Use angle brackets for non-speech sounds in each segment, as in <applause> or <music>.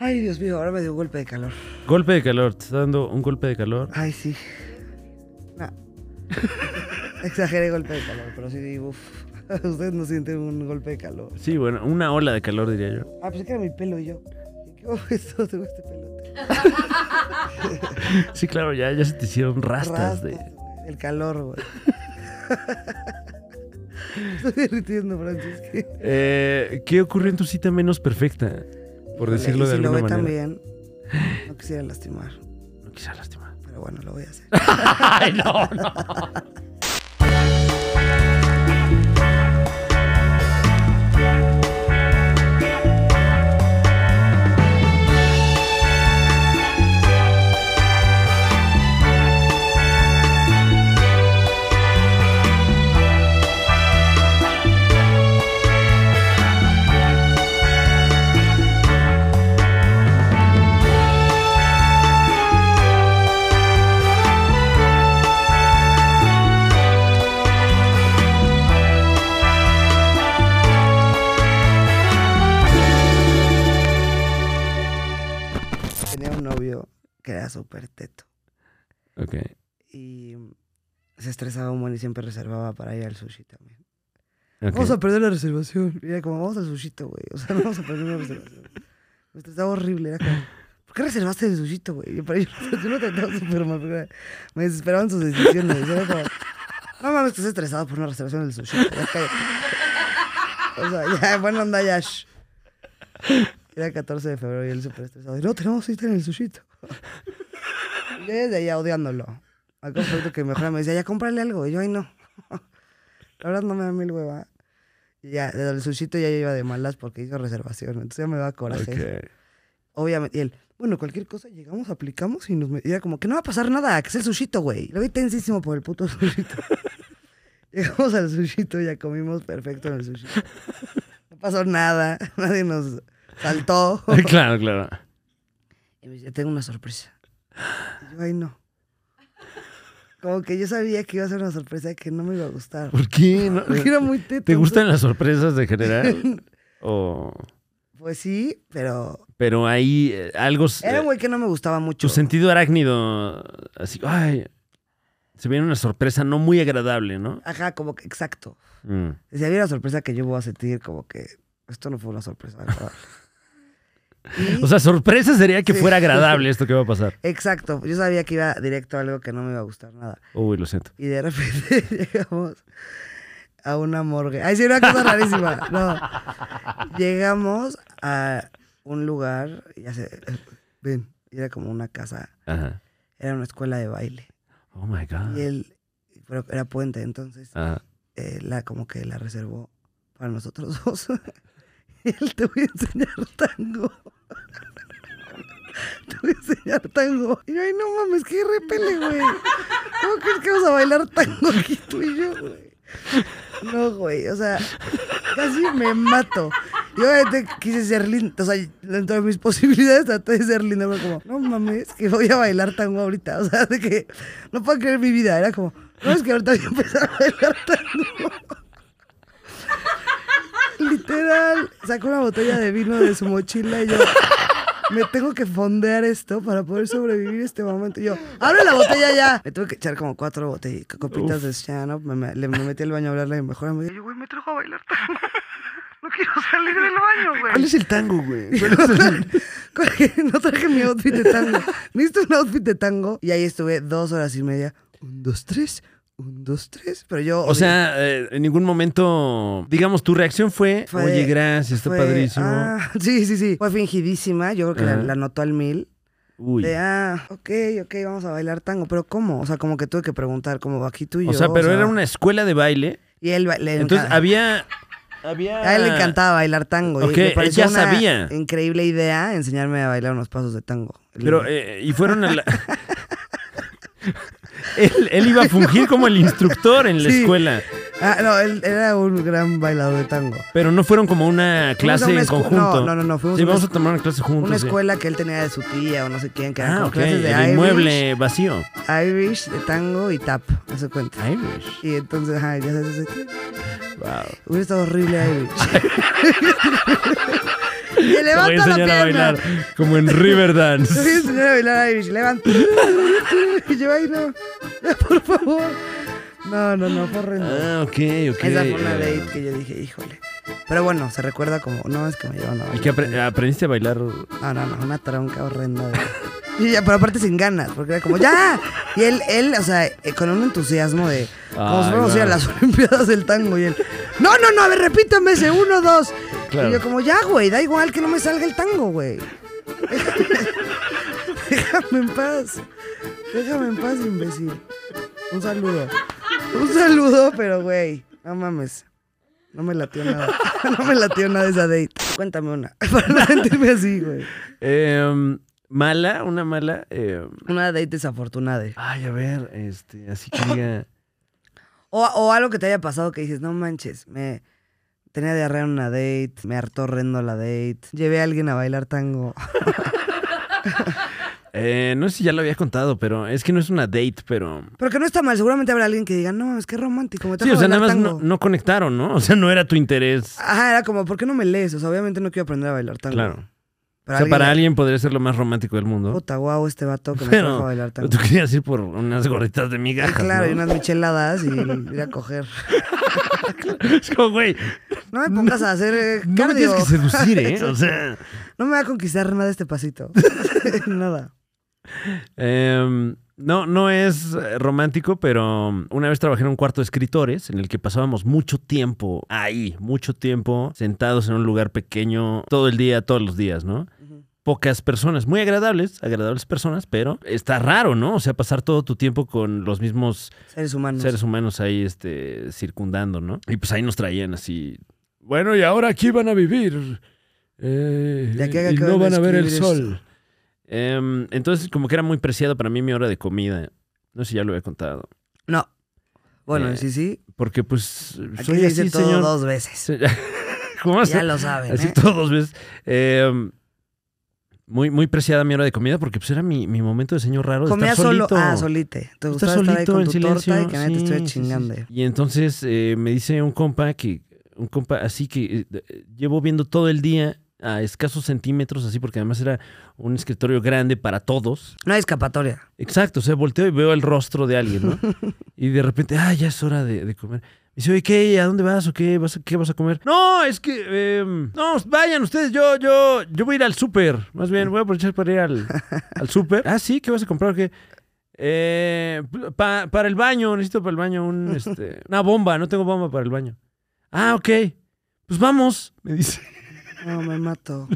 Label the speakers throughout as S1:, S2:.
S1: Ay, Dios mío, ahora me dio un golpe de calor.
S2: Golpe de calor, te está dando un golpe de calor.
S1: Ay, sí. No. Exageré golpe de calor, pero sí, uff. <laughs> Ustedes no sienten un golpe de calor.
S2: Sí, bueno, una ola de calor diría yo.
S1: Ah, pues es que era mi pelo yo. <laughs> ¿Qué oh, esto? Tengo este pelote.
S2: <laughs> Sí, claro, ya, ya se te hicieron rastas
S1: Rastas,
S2: de...
S1: güey, El calor, güey. Estoy derritiendo, Francis.
S2: Eh, ¿Qué ocurrió en tu cita menos perfecta? Por decirlo
S1: Y
S2: de
S1: si lo ve
S2: alguna manera.
S1: también, no quisiera lastimar,
S2: No quisiera lastimar.
S1: pero bueno, lo voy a hacer.
S2: <laughs> ¡Ay, no, no!
S1: Tenía un novio que era súper teto
S2: Ok.
S1: y se estresaba un buen y siempre reservaba para ir al sushi también.
S2: ok.
S1: Vamos a perder la reservación. Y era como, vamos al sushito, güey. O sea, <laughs> no vamos a perder una reservación. Me estresaba horrible. Era como, ¿por qué reservaste el sushito, güey? Y para yo, <laughs> yo lo trataba súper mal. pero era- Me desesperaban sus decisiones. Yo era como, no mames, estás estresado por una reservación del sushito. Ya cállate. O sea, ya, buena onda, ya. shh. Era 14 de febrero y él súper estresado. Y no, tenemos cita en el sushito. Y yo desde allá odiándolo. Al punto que mi mejor me decía, ya cómprale algo. Y yo, ay, no. La verdad no me da mil hueva. Y ya, desde el sushito ya yo iba de malas porque hizo reservación. Entonces ya me daba coraje.
S2: Ok.
S1: Obviamente. Y él, bueno, cualquier cosa, llegamos, aplicamos y nos... met- Y era como, que no va a pasar nada, que es el sushito, güey. Lo vi tensísimo por el puto sushito. <laughs> llegamos al sushito, ya comimos perfecto en el sushito. No pasó nada, <laughs> nadie nos saltó.
S2: <laughs> Claro, claro.
S1: Y me dice, tengo una sorpresa. Y yo, ay,
S2: <laughs>
S1: no. Como que yo sabía que iba a ser una sorpresa que no me iba a gustar.
S2: ¿Por qué? No-
S1: <laughs> Porque era muy teto.
S2: eh, ¿Te gustan las sorpresas de general? O...
S1: <laughs> Pues sí, pero
S2: Pero ahí eh, algo...
S1: Era un güey que no me gustaba mucho.
S2: Tu sentido arácnido, así, ay, se viene una sorpresa no muy agradable, ¿no?
S1: Ajá, como que exacto.
S2: Mm.
S1: Si había una sorpresa que yo voy a sentir, como que esto no fue una sorpresa agradable. Y-
S2: <laughs> O sea, sorpresa sería que
S1: Sí. <laughs>
S2: fuera agradable esto que va a pasar.
S1: exacto. Yo sabía que iba directo a algo que no me iba a gustar nada.
S2: Uy, lo siento.
S1: Y de repente <laughs> llegamos a una morgue. Ay, sí, una cosa rarísima. No. Llegamos a un lugar, ya sé, ven, y era como una casa,
S2: Ajá.
S1: era una escuela de baile.
S2: Oh my
S1: Y
S2: God.
S1: él, pero era puente, entonces
S2: Ajá.
S1: eh, la como que la reservó para nosotros <laughs> dos. y él te voy a enseñar tango. <laughs> te voy a enseñar tango. Y yo, ay, no mames, qué repele, güey. ¿Cómo crees que vamos a bailar tango aquí tú y yo, güey? No, güey, o sea, casi me mato. Yo obviamente quise ser linda, o sea, dentro de mis posibilidades traté de ser linda, pero como, no mames, que voy a bailar tango ahorita, o sea, de que no puedo creer mi vida, era como, no es que ahorita voy a empezar a bailar tango. Literal, sacó una botella de vino de su mochila y yo me tengo que fondear esto para poder sobrevivir este momento. Y yo, abre la botella ya. Me tuve que echar como cuatro botellas, copitas de Shannon. Me, me- le- me metí al baño a hablarle a mi mejor amiga. Y yo, güey, me trajo a bailar tango. No quiero salir del baño, güey.
S2: ¿Cuál es el tango, <laughs> güey?
S1: <laughs> no traje mi outfit de tango. Necesito un outfit de tango. Y ahí estuve dos horas y media. Un, dos, tres. Un, dos, tres. Pero yo.
S2: O sea, eh, en ningún momento, digamos, tu reacción fue,
S1: Fue-
S2: oye, gracias, está
S1: fue-
S2: padrísimo.
S1: ah, <laughs> sí, sí, sí. Fue fingidísima. Yo creo que
S2: Ajá.
S1: la, la notó al mil.
S2: Uy.
S1: De, ah, ok, ok, vamos a bailar tango. Pero ¿cómo? O sea, como que tuve que preguntar, como aquí tú y yo.
S2: O sea, pero era una escuela de baile.
S1: Y él ba- le
S2: Entonces
S1: encanta-
S2: había... había...
S1: A él le encantaba bailar tango.
S2: Ok,
S1: y le pareció
S2: ya
S1: una
S2: sabía.
S1: Increíble idea enseñarme a bailar unos pasos de tango.
S2: Pero, eh, y fueron a la... <laughs> él, él iba a fungir como el instructor en la
S1: Sí.
S2: escuela.
S1: Ah, no, él era un gran bailador de tango.
S2: Pero no fueron como una
S1: Fuimos a
S2: clase
S1: una
S2: en
S1: escu-
S2: conjunto.
S1: No, no, no, no, fuimos
S2: Sí,
S1: a una
S2: vamos a
S1: escu-
S2: tomar una clase juntos.
S1: Una
S2: sí.
S1: escuela que él tenía de su tía o no sé quién, que eran
S2: Ah,
S1: como
S2: ok.
S1: clases de
S2: el
S1: Irish,
S2: inmueble vacío.
S1: Irish, de tango y tap, a su cuenta.
S2: Irish.
S1: Y entonces, ajá, ya sabes, ese-
S2: Wow. <laughs>
S1: hubiera estado horrible Irish. Le
S2: Te voy a
S1: levanta la
S2: enseñar a
S1: pierna.
S2: bailar como en
S1: <laughs>
S2: Riverdance.
S1: Te voy a enseñar a bailar Irish. Levanta. <laughs> Y yo ahí no. <laughs> Ya, Por favor. No, no, no, fue horrendo.
S2: Ah, ok, ok.
S1: Esa fue una
S2: Eh,
S1: date que yo dije, híjole. Pero bueno, se recuerda como, no, es que me llevan a
S2: ¿Y que
S1: bailar.
S2: aprendiste a bailar?
S1: No, no, no, una tronca horrenda. de- <laughs> Y ya, pero aparte sin ganas, porque era como, ¡ya! Y él, él o sea, eh, con un entusiasmo de, como si
S2: Ay,
S1: fuéramos a ir a
S2: no.
S1: las <laughs> Olimpiadas del Tango, y él, ¡no, no, no! A ver, repítame ese, uno, dos.
S2: Claro.
S1: Y yo como, ya, güey, da igual que no me salga el tango, güey. <laughs> Déjame en paz. Déjame en paz, imbécil. Un saludo. Un saludo, pero, güey, no mames. No me latió nada. <laughs> No me latió nada esa date. Cuéntame una, <laughs> para no sentirme así, güey.
S2: Em, mala, una mala. em,
S1: Una date desafortunada.
S2: ay, a ver, este, así que diga.
S1: <laughs> O, o algo que te haya pasado que dices, no manches, me tenía diarrea en una date, me hartó horrendo la date, llevé a alguien a bailar tango. <laughs>
S2: Eh, no sé si ya lo había contado, pero es que no es una date, pero.
S1: Pero que no está mal, seguramente habrá alguien que diga, no mames, qué romántico, me trajo
S2: Sí, o
S1: a
S2: sea,
S1: bailar
S2: nada más
S1: tango. Ah,
S2: no, no conectaron, ¿no? O sea, no era tu interés.
S1: Ajá, era como, ¿por qué no me lees? O sea, obviamente no quiero aprender a bailar tango.
S2: Claro.
S1: Pero
S2: o sea, para
S1: le-
S2: alguien podría ser lo más romántico del mundo.
S1: Puta, guau, este vato que me trajo a
S2: Pero
S1: bailar
S2: pero
S1: tango.
S2: tú querías ir por unas gorritas de
S1: Sí,
S2: migajas.
S1: claro,
S2: ¿no?
S1: y unas micheladas y ir a coger.
S2: <laughs> Es como, güey,
S1: No me pongas a hacer eh,
S2: <laughs> no me
S1: cardio.
S2: tienes que
S1: <laughs>
S2: seducir, ¿eh? O sea.
S1: No me va a conquistar nada este
S2: <laughs>
S1: pasito. <laughs> nada.
S2: Em, no, no es eh, romántico, pero um, una vez trabajé en un cuarto de escritores en el que pasábamos mucho tiempo ahí, mucho tiempo sentados en un lugar pequeño todo el día, todos los días, ¿no?
S1: Ujú.
S2: Pocas personas, muy agradables, agradables personas, pero está raro, ¿no? O sea, pasar todo tu tiempo con los mismos
S1: Seres humanos.
S2: seres humanos ahí este, circundando, ¿no? Y pues ahí nos traían así. Bueno, y ahora aquí van a vivir. eh,
S1: De aquí a que
S2: y no
S1: acaben de
S2: van a ver el
S1: escribir
S2: sol. Em, entonces, como que era muy preciado para mí mi hora de comida. No sé si ya lo había contado.
S1: No. Bueno,
S2: Eh,
S1: sí, sí.
S2: Porque, pues,
S1: Aquí
S2: soy
S1: se dice
S2: así,
S1: todo
S2: señor.
S1: dos
S2: <laughs>
S1: veces.
S2: Se- ¿Cómo
S1: Ya
S2: hace?
S1: lo saben.
S2: Así
S1: ¿eh?
S2: todos, ¿ves? Em, muy, muy preciada mi hora de comida porque pues era mi, mi momento de señor raro de
S1: Comía
S2: estar
S1: solo.
S2: solito.
S1: Ah, solite. Te
S2: Estás
S1: gustaba estar ahí
S2: solito
S1: con
S2: en
S1: tu
S2: silencio.
S1: torta y que nadie te
S2: Sí,
S1: estuviera
S2: sí, sí, sí.
S1: chingando.
S2: Y entonces eh, me dice un compa que, un compa así que eh, de- eh, llevo viendo todo el día a escasos centímetros, así porque además era un escritorio grande para todos.
S1: No hay escapatoria.
S2: Exacto, o sea, volteo y veo el rostro de alguien, ¿no? <laughs> y de repente, ah, ya es hora de, de comer. Me dice, oye, ¿qué? ¿A dónde vas o qué? ¿Vas a, ¿Qué vas a comer? No, es que, em, no, vayan ustedes, yo, yo, yo voy a ir al súper. Más bien, voy a aprovechar para ir al, al súper. Ah, sí, ¿qué vas a comprar? ¿Qué? Eh, pa- para el baño, necesito para el baño un, <laughs> este, una bomba, no tengo bomba para el baño. Ah, ok. Pues vamos, me dice.
S1: No, me mato.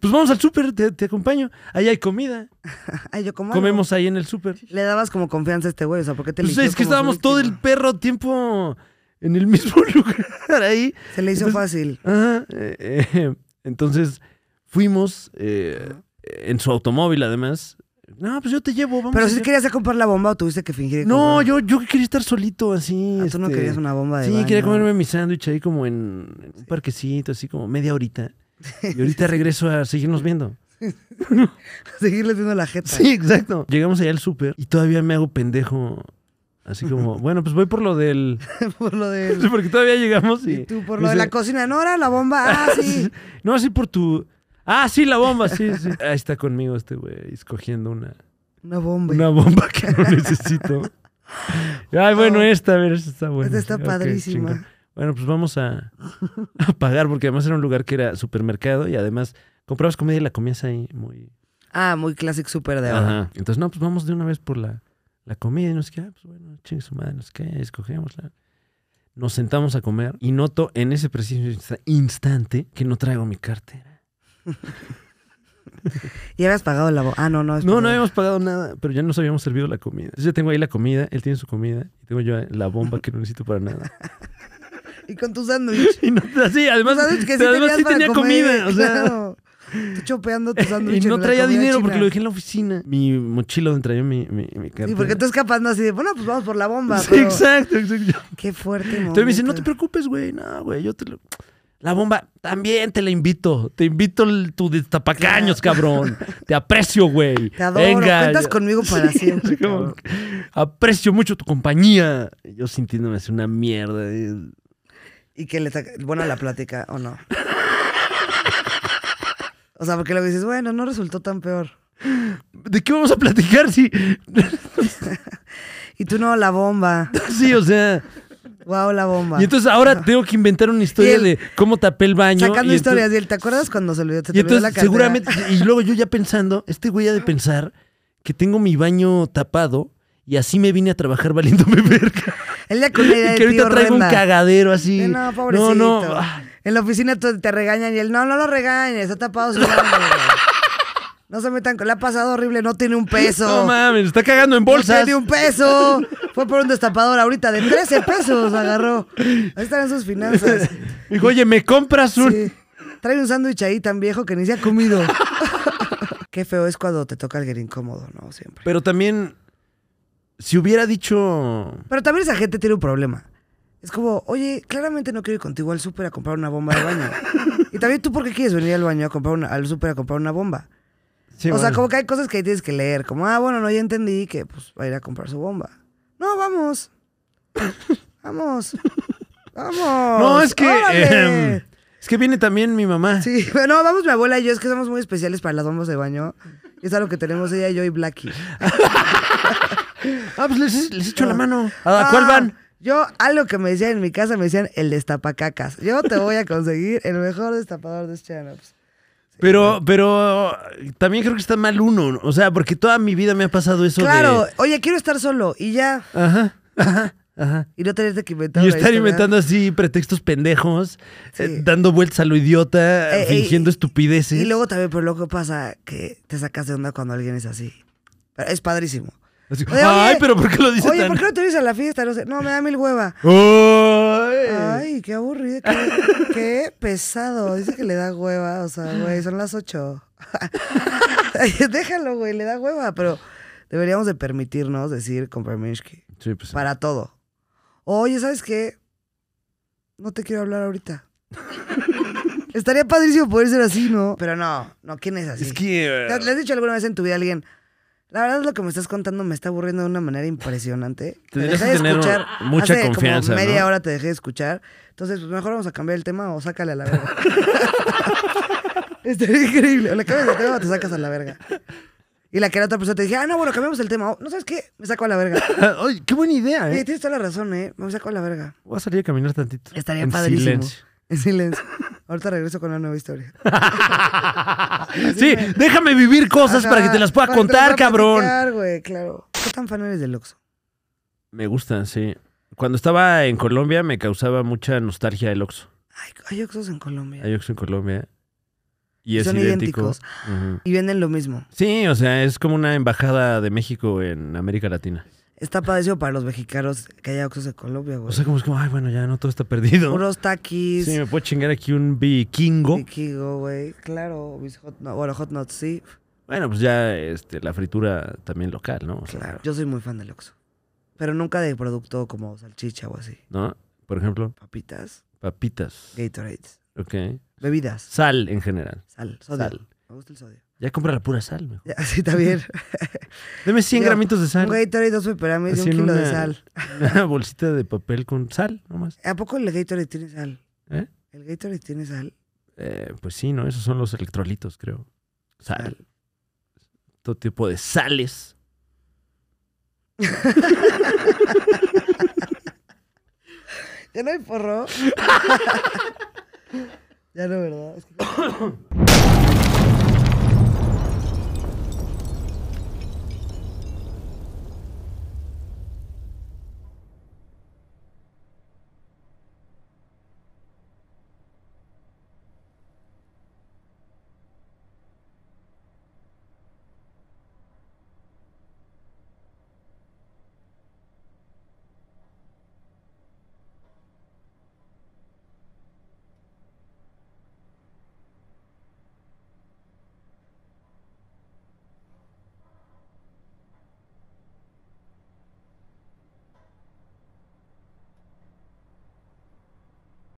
S2: Pues vamos al súper, te, te acompaño. Ahí hay comida.
S1: <laughs> Ay, yo como. algo.
S2: Comemos ahí en el súper.
S1: Le dabas como confianza a este güey, o sea, ¿por qué te
S2: Pues
S1: eligió
S2: es que
S1: como su
S2: estábamos todo el
S1: víctima?
S2: perro tiempo en el <laughs> mismo lugar ahí.
S1: Se le hizo
S2: Entonces-
S1: fácil.
S2: Ajá, eh, eh, entonces fuimos eh, en su automóvil, además. No, pues yo te llevo, vamos.
S1: Pero
S2: a
S1: si
S2: hacer-
S1: querías comprar la bomba o tuviste que fingir que
S2: No,
S1: comprabas?
S2: yo, yo quería estar solito así.
S1: Ah, tú no
S2: este,
S1: querías una bomba de
S2: Sí,
S1: baño. <laughs>
S2: quería comerme mi sándwich ahí como en, en un parquecito, así como media
S1: <laughs>
S2: horita. Y ahorita regreso a seguirnos viendo.
S1: Seguirle viendo la jeta.
S2: Sí, exacto. Llegamos allá al súper y todavía me hago pendejo. Así
S1: <laughs>
S2: como, bueno, pues voy por lo del...
S1: <laughs>
S2: <laughs>
S1: por lo de
S2: Sí, porque todavía llegamos y...
S1: Y tú por
S2: me
S1: lo de
S2: dice,
S1: la cocina. No, era la bomba. Ah,
S2: <laughs>
S1: sí.
S2: No, sí por tu... Ah, sí, la bomba,
S1: <laughs>
S2: sí, sí. Ahí está conmigo este güey, escogiendo una,
S1: Una bomba.
S2: una bomba que no necesito. Ay, bueno, esta, a ver, esta está buena.
S1: Oh. Esta está
S2: Ok,
S1: padrísima.
S2: chingón. Bueno, pues vamos a, a pagar, porque además era un lugar que era supermercado y además comprabas comida y la comías ahí muy...
S1: Ah, muy classic super de ahora.
S2: Ajá. Entonces, no, pues vamos de una vez por la, la comida y no sé qué. Ah, pues bueno, chingue su madre, no sé qué, escogemos la- Nos sentamos a comer y noto en ese preciso insta- instante que no traigo mi cartera.
S1: Y habías pagado la bomba. Ah, no, no. es
S2: No, no
S1: perdón.
S2: habíamos pagado nada, pero ya nos habíamos servido la comida. Entonces, ya tengo ahí la comida, él tiene su comida y tengo yo la bomba que no necesito para
S1: <laughs>
S2: nada.
S1: Y con tu sándwich.
S2: Y no, así, <laughs> además,
S1: Pues, ¿Sabes que sí
S2: además
S1: tenías
S2: sí
S1: para
S2: tenía
S1: comer,
S2: comida. O sea,
S1: claro. Tú chopeando tu
S2: <laughs> y
S1: sándwich.
S2: no
S1: en la
S2: traía
S1: comida
S2: dinero
S1: china.
S2: porque lo dejé en la oficina. Mi mochila donde traía mi, mi, mi cartera.
S1: Sí, porque tú escapando así de, bueno, pues vamos por la bomba.
S2: <laughs> Sí,
S1: pero
S2: exacto, exacto.
S1: Qué fuerte,
S2: Entonces me dice, no
S1: momento.
S2: te preocupes, güey. No, güey, yo te lo... La bomba, también te la invito. Te invito el- tu destapacaños, cabrón. Te aprecio, güey.
S1: Te adoro, cuentas
S2: ya-
S1: conmigo
S2: <laughs>
S1: para siempre,
S2: así como,
S1: cabrón.
S2: aprecio mucho tu compañía. Yo sintiéndome así una mierda. eh.
S1: Y que le saca- bueno la plática o no. <laughs> O sea, porque luego dices, bueno, no resultó tan peor.
S2: ¿De qué vamos a platicar <laughs> si...?
S1: Y tú no, la bomba.
S2: sí, o sea...
S1: Wow, la bomba.
S2: <laughs> Y entonces ahora tengo que inventar una historia
S1: Y el-
S2: de cómo tapé el baño.
S1: Sacando
S2: y
S1: historias
S2: entonces-
S1: de él. ¿Te acuerdas cuando se le se te olvidó
S2: Y entonces
S1: la cartera?
S2: seguramente... Y luego yo ya pensando, este güey ha de pensar que tengo mi baño tapado y así me vine a trabajar valiéndome <laughs> verga.
S1: Él ya con la idea de
S2: y <laughs> que ahorita
S1: tío
S2: traigo
S1: horrenda.
S2: un cagadero así.
S1: Eh, No, pobrecito.
S2: No, no. ah,
S1: En la oficina te, te regañan y él, no, no lo regañes, está tapado su baño, güey. No se metan con... Le ha pasado horrible, no tiene un peso.
S2: No mames, está cagando en
S1: No
S2: bolsas.
S1: tiene un peso. Fue por un destapador ahorita de 13 pesos, agarró. Ahí están sus
S2: <laughs>
S1: finanzas.
S2: Dijo, oye, ¿me compras un...?
S1: Sí. Trae un sándwich ahí tan viejo que ni se ha comido. <laughs> Qué feo es cuando te toca alguien incómodo, ¿no? Siempre.
S2: Pero también, si hubiera dicho...
S1: Pero también esa gente tiene un problema. Es como, oye, claramente no quiero ir contigo al súper a comprar una bomba de
S2: <laughs>
S1: baño. y también tú, ¿por qué quieres venir al baño a comprar una- al súper a comprar una bomba?
S2: sí,
S1: o sea,
S2: bueno.
S1: como que hay cosas que ahí tienes que leer. Como, ah, bueno, no, ya entendí que pues va a ir a comprar su bomba. No,
S2: <laughs>
S1: vamos. vamos. Vamos.
S2: No, es que...
S1: ¡Órale!
S2: em, es que viene también mi mamá.
S1: Sí, bueno, vamos mi abuela y yo, es que somos muy especiales para las bombas de baño. Y es algo que tenemos ella, yo y Blackie.
S2: Ah, pues les, les echo la mano.
S1: Ah,
S2: ¿A cuál van?
S1: Yo, algo que me decían en mi casa, me decían el destapacacas. Yo te voy a conseguir el mejor destapador de Chanops. Este,
S2: Pero, pero también creo que está mal uno. ¿no? O sea, porque toda mi vida me ha pasado eso
S1: Claro,
S2: de.
S1: oye, quiero estar solo y ya.
S2: Ajá, ajá, ajá.
S1: Y no tenerte que inventar.
S2: Y
S1: una
S2: estar
S1: historia.
S2: inventando así pretextos pendejos,
S1: Sí.
S2: eh, dando vueltas a lo idiota,
S1: Eh, eh,
S2: fingiendo
S1: y-
S2: estupideces.
S1: Y luego también, pero lo que pasa que te sacas de onda cuando alguien es así. Pero es padrísimo.
S2: Así,
S1: Oye,
S2: Ay,
S1: oye,
S2: pero ¿por qué lo dice
S1: Oye,
S2: tan.?
S1: ¿por qué no te vienes a la fiesta? No sé. No, me da mil hueva.
S2: Ay.
S1: Ay, qué aburrido, qué, <laughs> qué pesado. Dice que le da hueva, o sea, güey, son las ocho. <laughs> Déjalo, güey, le da hueva, pero deberíamos de permitirnos decir compromishki
S2: Sí, pues.
S1: para todo. Oye, ¿sabes qué? No te quiero hablar <laughs> ahorita. Estaría padrísimo poder ser así, ¿no? Pero no, no, ¿quién es así?
S2: Es que. eh,
S1: ¿Te- ¿Le has dicho alguna vez en tu vida a alguien? La verdad lo que me estás contando me está aburriendo de una manera impresionante. Te
S2: Tendrías
S1: dejé
S2: que
S1: de
S2: tener
S1: escuchar.
S2: mucha
S1: hace
S2: confianza,
S1: Como
S2: ¿no?
S1: media hora te dejé de escuchar. Entonces, pues mejor vamos a cambiar el tema o sácale a la
S2: <laughs>
S1: verga. Estaría increíble. O le cambias el tema o te sacas a la verga. Y la que era otra persona te dije, ah, no, bueno, cambiamos el tema. O, no sabes qué, me saco a la
S2: <laughs>
S1: verga.
S2: Ay, qué buena idea,
S1: Oye,
S2: ¿eh?
S1: tienes toda la razón, ¿eh? Me saco a la verga.
S2: Voy a salir a caminar tantito.
S1: Estaría
S2: En
S1: padrísimo. <laughs>
S2: silencio.
S1: En silencio. Ahorita regreso con una nueva historia.
S2: sí, déjame vivir cosas para que te las pueda
S1: Para que te
S2: contar,
S1: pueda
S2: cabrón.
S1: platicar, güey, claro. ¿Qué tan fan eres del Oxxo?
S2: Me gustan, sí. Cuando estaba en Colombia me causaba mucha nostalgia el Oxxo.
S1: Ay, hay Oxxos en Colombia.
S2: Hay Oxxo en Colombia. Y es
S1: Son
S2: idéntico.
S1: idénticos.
S2: Ujú.
S1: Y venden lo mismo.
S2: Sí, o sea, es como una embajada de México en América Latina.
S1: Está padecido para los mexicanos que haya Oxxos en Colombia, güey.
S2: O sea, como es como, ay, bueno, ya no todo está perdido.
S1: Puros taquis,
S2: Sí, me puedo chingar aquí un vikingo.
S1: piquigo, güey. Claro, mis hot no- bueno, hot nuts, sí,
S2: Bueno, pues ya este, la fritura también local, ¿no? O sea,
S1: claro. Yo soy muy fan del Oxxo. Pero nunca de producto como salchicha o así.
S2: ¿No? Por ejemplo,
S1: Papitas,
S2: papitas.
S1: Gatorades,
S2: Ok.
S1: bebidas,
S2: Sal en general.
S1: sal, sodio.
S2: Sal.
S1: Me gusta el sodio. <laughs>
S2: Ya compra la pura sal, mejor.
S1: Ya, sí, también.
S2: Deme 100
S1: Digo,
S2: gramitos de
S1: un
S2: sal.
S1: Gatorade, dos peperamis y un
S2: Así en
S1: kilo de
S2: una-
S1: sal.
S2: <laughs> Una bolsita de papel con sal, nomás.
S1: ¿A poco el Gatorade tiene sal?
S2: ¿Eh?
S1: ¿El Gatorade tiene sal?
S2: Eh, pues sí, ¿no? Esos son los electrolitos, creo. Sal.
S1: Sal.
S2: Todo tipo de sales.
S1: ¿Ya no hay porro? ya no, ¿verdad? Es que-